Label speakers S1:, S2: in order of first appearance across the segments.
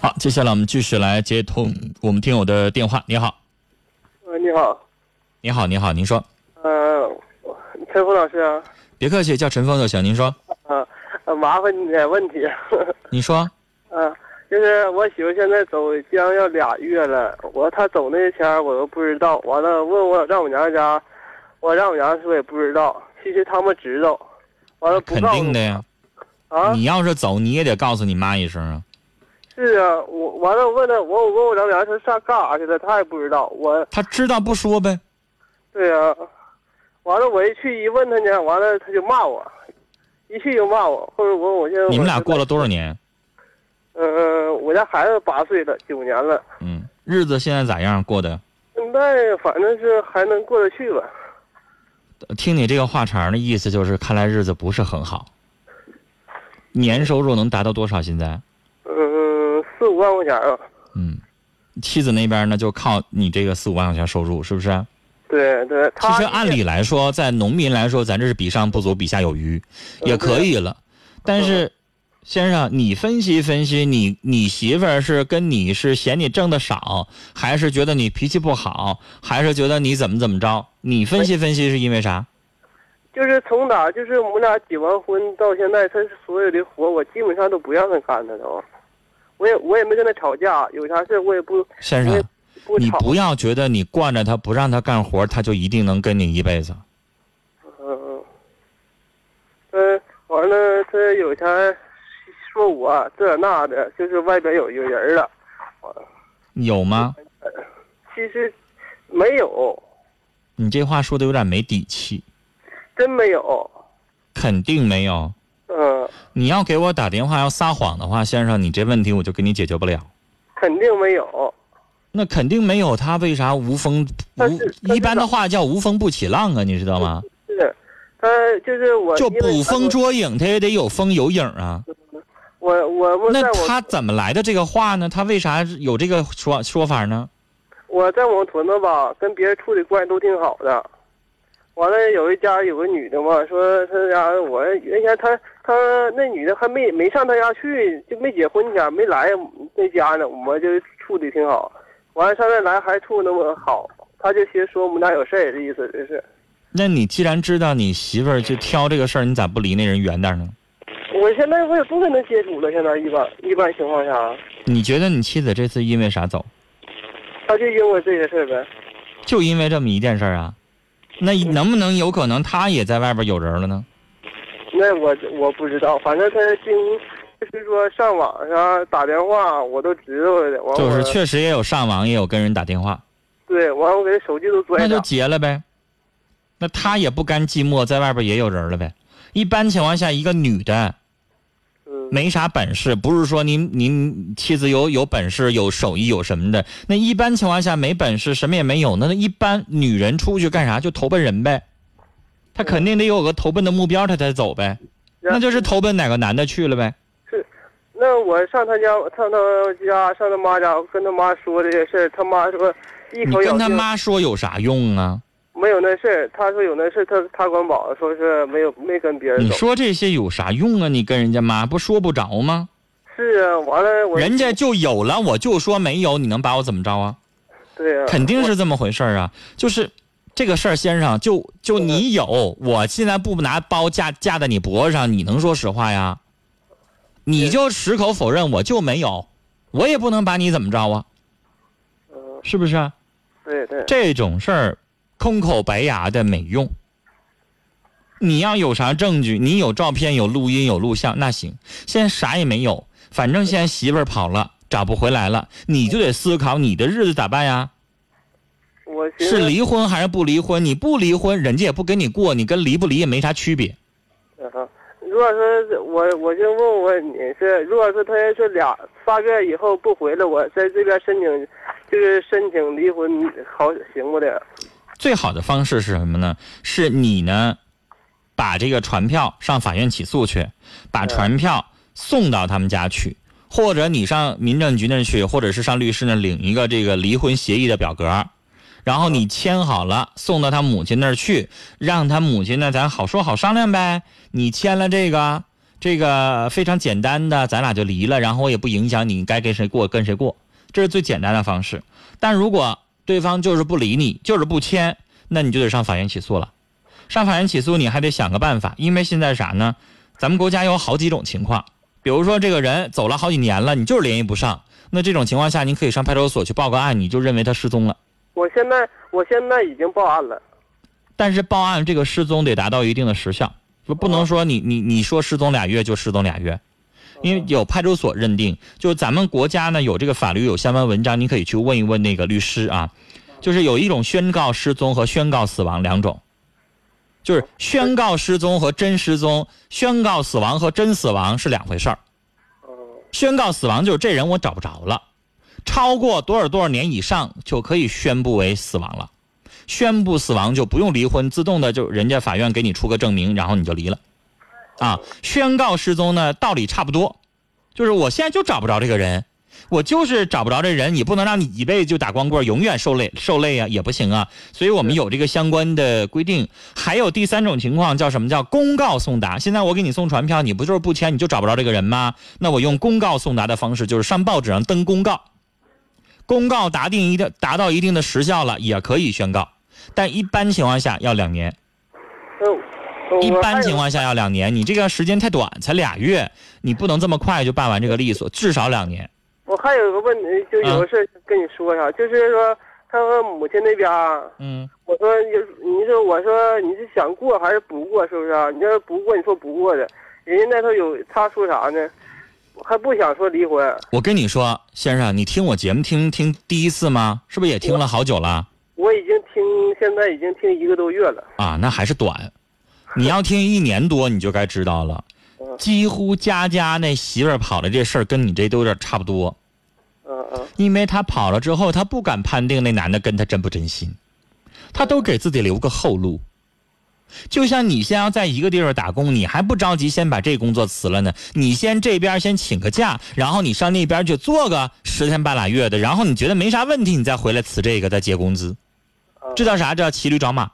S1: 好，接下来我们继续来接通我们听友的电话。你好，
S2: 喂，呃你好，
S1: 你好，你好，您说，
S2: 呃，陈峰老师啊，
S1: 别客气，叫陈峰就行。您说，
S2: 呃麻烦你点问题，
S1: 您说，
S2: 嗯、就是我媳妇现在走将要俩月了，我她走那前儿我都不知道，完了问我丈母娘家，我丈母娘说也不知道，其实他们知道，完了不
S1: 肯
S2: 告诉
S1: 定的呀。
S2: 我啊，
S1: 你要是走，你也得告诉你妈一声啊。
S2: 是啊，我完了问她，我我问我丈母娘说上干啥去了，她也不知道，我
S1: 她知道不说呗。
S2: 对啊，完了我一去一问她呢，完了她就骂我，一去就骂我，或者我我现在
S1: 你们俩
S2: 我就
S1: 过了多少年？
S2: 呃，我家孩子八岁了，九年了，
S1: 嗯，日子现在咋样过的？
S2: 现在反正是还能过得去吧。
S1: 听你这个话茬儿的意思就是，看来日子不是很好。年收入能达到多少？现在？
S2: 嗯，四五万块钱啊。
S1: 嗯，妻子那边呢，就靠你这个四五万块钱收入，是不是？
S2: 对对，
S1: 其
S2: 他
S1: 实按理来说，在农民来说，咱这是比上不足，比下有余，
S2: 嗯
S1: 也可以了。但是，先生，你分析分析，你你媳妇儿是跟你是嫌你挣的少，还是觉得你脾气不好，还是觉得你怎么怎么着？你分析分析是因为啥？
S2: 就是从打就是我们俩结完婚到现在，他所有的活我基本上都不让他干的都，我也我也没跟他吵架，有啥事我也不
S1: 先
S2: 我
S1: 生
S2: 也，不
S1: 你
S2: 吵。
S1: 不要觉得你惯着他不让他干活，他就一定能跟你一辈子。
S2: 嗯嗯，他完了，他有钱说我这那的，就是外边有一个人了，
S1: 有吗？
S2: 其实没有，
S1: 你这话说的有点没底气，
S2: 真没有。
S1: 肯定没有。
S2: 嗯，
S1: 你要给我打电话要撒谎的话，先生，你这问题我就给你解决不了。
S2: 肯定没有。
S1: 那肯定没有他，为啥无风
S2: 但
S1: 无
S2: 是但是
S1: 一般的话叫无风不起浪啊？你知道吗？
S2: 是，他就是我，
S1: 就
S2: 呃因为
S1: 捕风
S2: 我
S1: 捉影，他也得有风有影啊。
S2: 我我我在
S1: 那
S2: 我
S1: 他怎么来的这个话呢？他为啥有这个说说法呢？
S2: 我在我屯子吧，跟别人处的关系都挺好的。完了，有一家有个女的嘛，说她家我原先她她那女的还没没上她家去，就没结婚前没来那家呢，我就处的挺好。完了上那来还处那么好，她就寻思说我们俩有事儿的意思，这是。
S1: 那你既然知道你媳妇儿就挑这个事儿，你咋不离那人远点儿呢？
S2: 我现在我也不跟她接触了，现在一般一般情况下，
S1: 你觉得你妻子这次因为啥走？
S2: 她就因为这些事儿呗。
S1: 就因为这么一件事儿啊？那能不能有可能他也在外边有人了呢？
S2: 那我我不知道，反正他经就是说上网上打电话，我都知道了的。完
S1: 就是
S2: 我
S1: 确实也有上网，也有跟人打电话。
S2: 对，完我给手机都拽
S1: 那就
S2: 着。
S1: 结了呗。那他也不甘寂寞，在外边也有人了呗。一般情况下，一个女的
S2: 嗯，
S1: 没啥本事，不是说您您妻子有有本事、有手艺、有什么的。那一般情况下没本事，什么也没有，那一般女人出去干啥就投奔人呗。她肯定得有个投奔的目标，她才走呗。
S2: 然
S1: 那就是投奔哪个男的去了呗。
S2: 那我上他家，上他家，上他妈家，我跟他妈说这些事儿，他妈说一
S1: 你
S2: 口咬
S1: 跟他
S2: 定
S1: 妈说有啥用啊？
S2: 没有那事儿。他说有那事儿，他他管保，说是没有没跟别人
S1: 你
S2: 走。
S1: 说这些有啥用啊？你跟人家妈不说不着吗？
S2: 是啊，完了我
S1: 人家就有了，我就说没有，你能把我怎么着啊？
S2: 对啊，
S1: 肯定是这么回事儿啊，就是这个事儿，先生，就就你有，我现在不拿包架架在你脖子上，你能说实话呀？你就矢口否认，我就没有，我也不能把你怎么着啊，
S2: 嗯，
S1: 是不是啊？
S2: 对对，
S1: 这种事儿，空口白牙的没用。你要有啥证据？你有照片、有录音、有录像，那行。现在啥也没有，反正现在媳妇儿跑了，找不回来了，你就得思考你的日子咋办呀？
S2: 我寻
S1: 是
S2: 思
S1: 离婚还是不离婚？你不离婚，人家也不跟你过，你跟离不离也没啥区别。
S2: 啊，如果说我，我就问问你是，如果说他要是俩仨月以后不回来，我在这边申请，就是申请离婚，好行不的？
S1: 最好的方式是什么呢？是你呢，把这个传票上法院起诉去，把传票送到他们家去，或者你上民政局那儿去，或者是上律师那儿领一个这个离婚协议的表格，然后你签好了，送到他母亲那儿去，让他母亲呢，咱好说好商量呗。你签了这个，这个非常简单的，咱俩就离了，然后我也不影响你该跟谁过跟谁过，这是最简单的方式。但如果对方就是不理你，就是不签，那你就得上法院起诉了。上法院起诉你还得想个办法，因为现在啥呢？咱们国家有好几种情况，比如说这个人走了好几年了，你就是联系不上，那这种情况下，您可以上派出所去报个案，你就认为他失踪了。
S2: 我现在我现在已经报案了，
S1: 但是报案这个失踪得达到一定的时效，不不能说你你你说失踪俩月就失踪俩月，因为有派出所认定，就是咱们国家呢有这个法律有相关文章，你可以去问一问那个律师啊，就是有一种宣告失踪和宣告死亡两种，就是宣告失踪和真失踪，宣告死亡和真死亡是两回事儿，
S2: 嗯
S1: 宣告死亡就是这人我找不着了，超过多少多少年以上就可以宣布为死亡了，宣布死亡就不用离婚，自动的就人家法院给你出个证明，然后你就离了，啊，宣告失踪呢道理差不多，就是我现在就找不着这个人，我就是找不着这人，你不能让你一辈子就打光棍，永远受累受累啊，也不行啊。所以我们有这个相关的规定。还有第三种情况叫什么？叫公告送达。现在我给你送传票，你不就是不签，你就找不着这个人吗？那我用公告送达的方式，就是上报纸上登公告，公告达定一定达到一定的时效了，也可以宣告。但一般情况下要两年，
S2: 嗯
S1: 一
S2: 我还
S1: 般
S2: 有
S1: 情况下要两年。你这个时间太短，才俩月，你不能这么快就办完这个利索，至少两年。
S2: 我还有个问题，就
S1: 啊
S2: 有个事儿跟你说一下，就是说他和母亲那边儿，
S1: 嗯，
S2: 我说有你说我说你是想过还是不过，是不是、啊？你要是不过，你说不过的，人家那头有他说啥呢？还不想说离婚，
S1: 我跟你说，先生，你听我节目听听第一次吗？是不是也听了好久了
S2: 我已经听现在已经听一个多月了，
S1: 啊？那还是短。你要听一年多，你就该知道了。几乎家家那媳妇儿跑了这事儿，跟你这都有点差不多。
S2: 嗯嗯
S1: 因为他跑了之后，他不敢判定那男的跟他真不真心，他都给自己留个后路。就像你先要在一个地方打工，你还不着急先把这工作辞了呢？你先这边先请个假，然后你上那边去做个十天半拉月的，然后你觉得没啥问题，你再回来辞这个再结工资，
S2: 嗯，
S1: 这叫啥？这叫骑驴找马。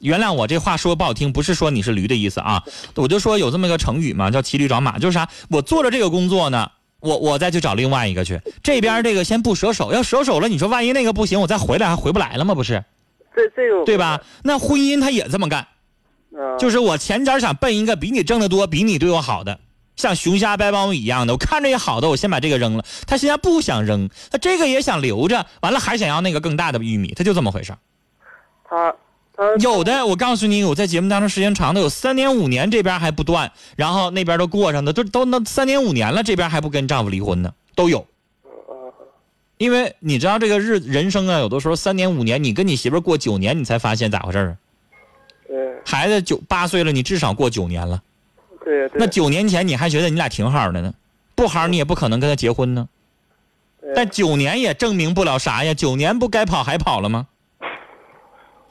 S1: 原谅我这话说不好听，不是说你是驴的意思啊，我就说有这么一个成语嘛，叫骑驴找马，就是啥？我做着这个工作呢，我我再去找另外一个去，这边这个先不舍手，要舍手了，你说万一那个不行，我再回来还回不来了吗？不是，
S2: 这这个
S1: 对吧？？那婚姻他也这么干，
S2: 嗯，
S1: 就是我前脚想奔一个比你挣得多、比你对我好的，像熊瞎掰苞米一样的，我看着也好的，我先把这个扔了。他现在不想扔，他这个也想留着，完了还想要那个更大的玉米，他就这么回事儿。
S2: 他他
S1: 有的我告诉你，我在节目当中时间长的有三年五年，这边还不断，然后那边都过上的，都都那三年五年了，这边还不跟丈夫离婚呢，都有。
S2: 嗯
S1: 因为你知道这个日人生啊，有的时候三年五年，你跟你媳妇儿过九年，你才发现咋回事儿啊？
S2: 对
S1: 孩子九八岁了，你至少过九年了。
S2: 对对，
S1: 那九年前你还觉得你俩挺好的呢，不好你也不可能跟他结婚呢。
S2: 对
S1: 但九年也证明不了啥呀，九年不该跑还跑了吗？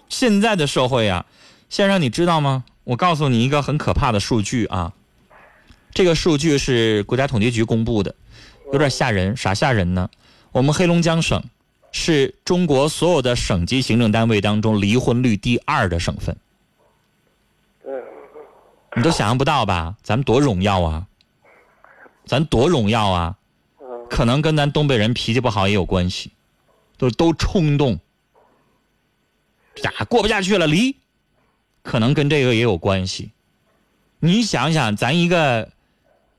S1: 现在的社会呀、先生你知道吗？我告诉你一个很可怕的数据啊，这个数据是国家统计局公布的，有点吓人，啥吓人呢？我们黑龙江省是中国所有的省级行政单位当中离婚率第二的省份。
S2: 嗯
S1: 你都想象不到吧？咱们多荣耀啊，咱多荣耀啊！
S2: 嗯
S1: 可能跟咱东北人脾气不好也有关系，都都冲动，呀，过不下去了离，可能跟这个也有关系。你想想，咱一个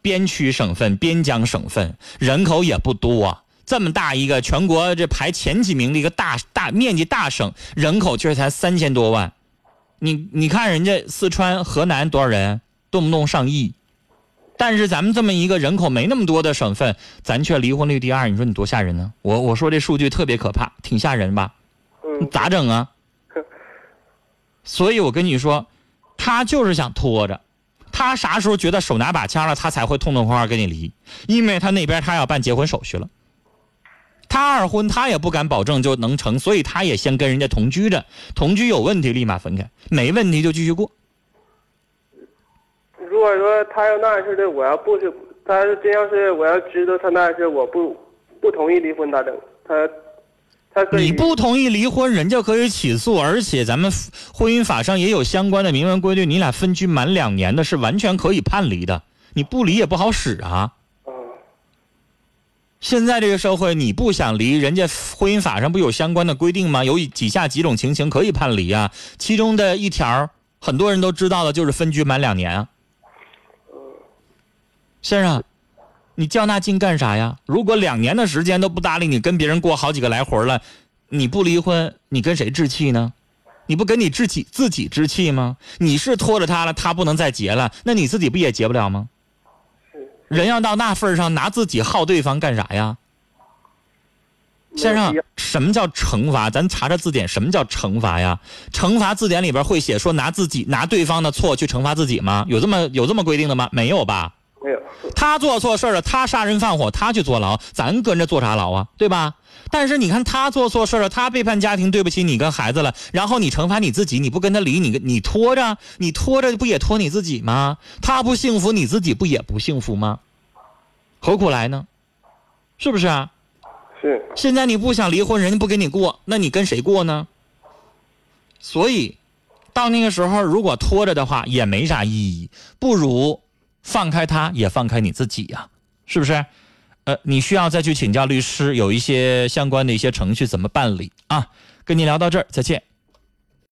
S1: 边区省份、边疆省份，人口也不多、啊这么大一个全国这排前几名的一个大大面积大省，人口却才三千多万。你你看人家四川、河南多少人，动不动上亿。但是咱们这么一个人口没那么多的省份，咱却离婚率第二，你说你多吓人呢、我我说这数据特别可怕，挺吓人吧？
S2: 嗯，
S1: 咋整啊？所以我跟你说，他就是想拖着，他啥时候觉得手拿把掐了，他才会痛痛快快跟你离，因为他那边他要办结婚手续了。他二婚，他也不敢保证就能成，所以他也先跟人家同居着，同居有问题立马分开，没问题就继续过。
S2: 如果说他要那样式的，我要不是他真要是我要知道他那样式，我不不同意离婚咋整？他他可以
S1: 你不同意离婚，人家可以起诉，而且咱们婚姻法上也有相关的明文规定，你俩分居满两年的是完全可以判离的。你不离也不好使啊。
S2: 嗯
S1: 现在这个社会，你不想离，人家婚姻法上不有相关的规定吗？有以下几种情形可以判离啊，其中的一条，很多人都知道的，就是分居满两年啊。先生，你较那劲干啥呀？如果两年的时间都不搭理你，跟别人过好几个来回了，你不离婚，你跟谁置气呢？你不跟你自己自己置气吗？你是拖着他了，他不能再结了，那你自己不也结不了吗？人要到那份儿上，拿自己耗对方干啥呀？先生，什么叫惩罚？咱查查字典，什么叫惩罚呀？惩罚字典里边会写说拿自己拿对方的错去惩罚自己吗？有这么有这么规定的吗？没有吧？
S2: 没有。
S1: 他做错事儿了，他杀人放火，他去坐牢，咱跟着坐啥牢啊？对吧？但是你看他做错事了，他背叛家庭，对不起你跟孩子了，然后你惩罚你自己，你不跟他离，你你拖着，你拖着不也拖你自己吗？他不幸福，你自己不也不幸福吗？何苦来呢？是不是啊？
S2: 是。
S1: 现在你不想离婚，人家不跟你过，那你跟谁过呢？所以，到那个时候如果拖着的话也没啥意义，不如放开他，也放开你自己呀、是不是？呃，你需要再去请教律师，有一些相关的一些程序怎么办理啊？跟您聊到这儿，再见。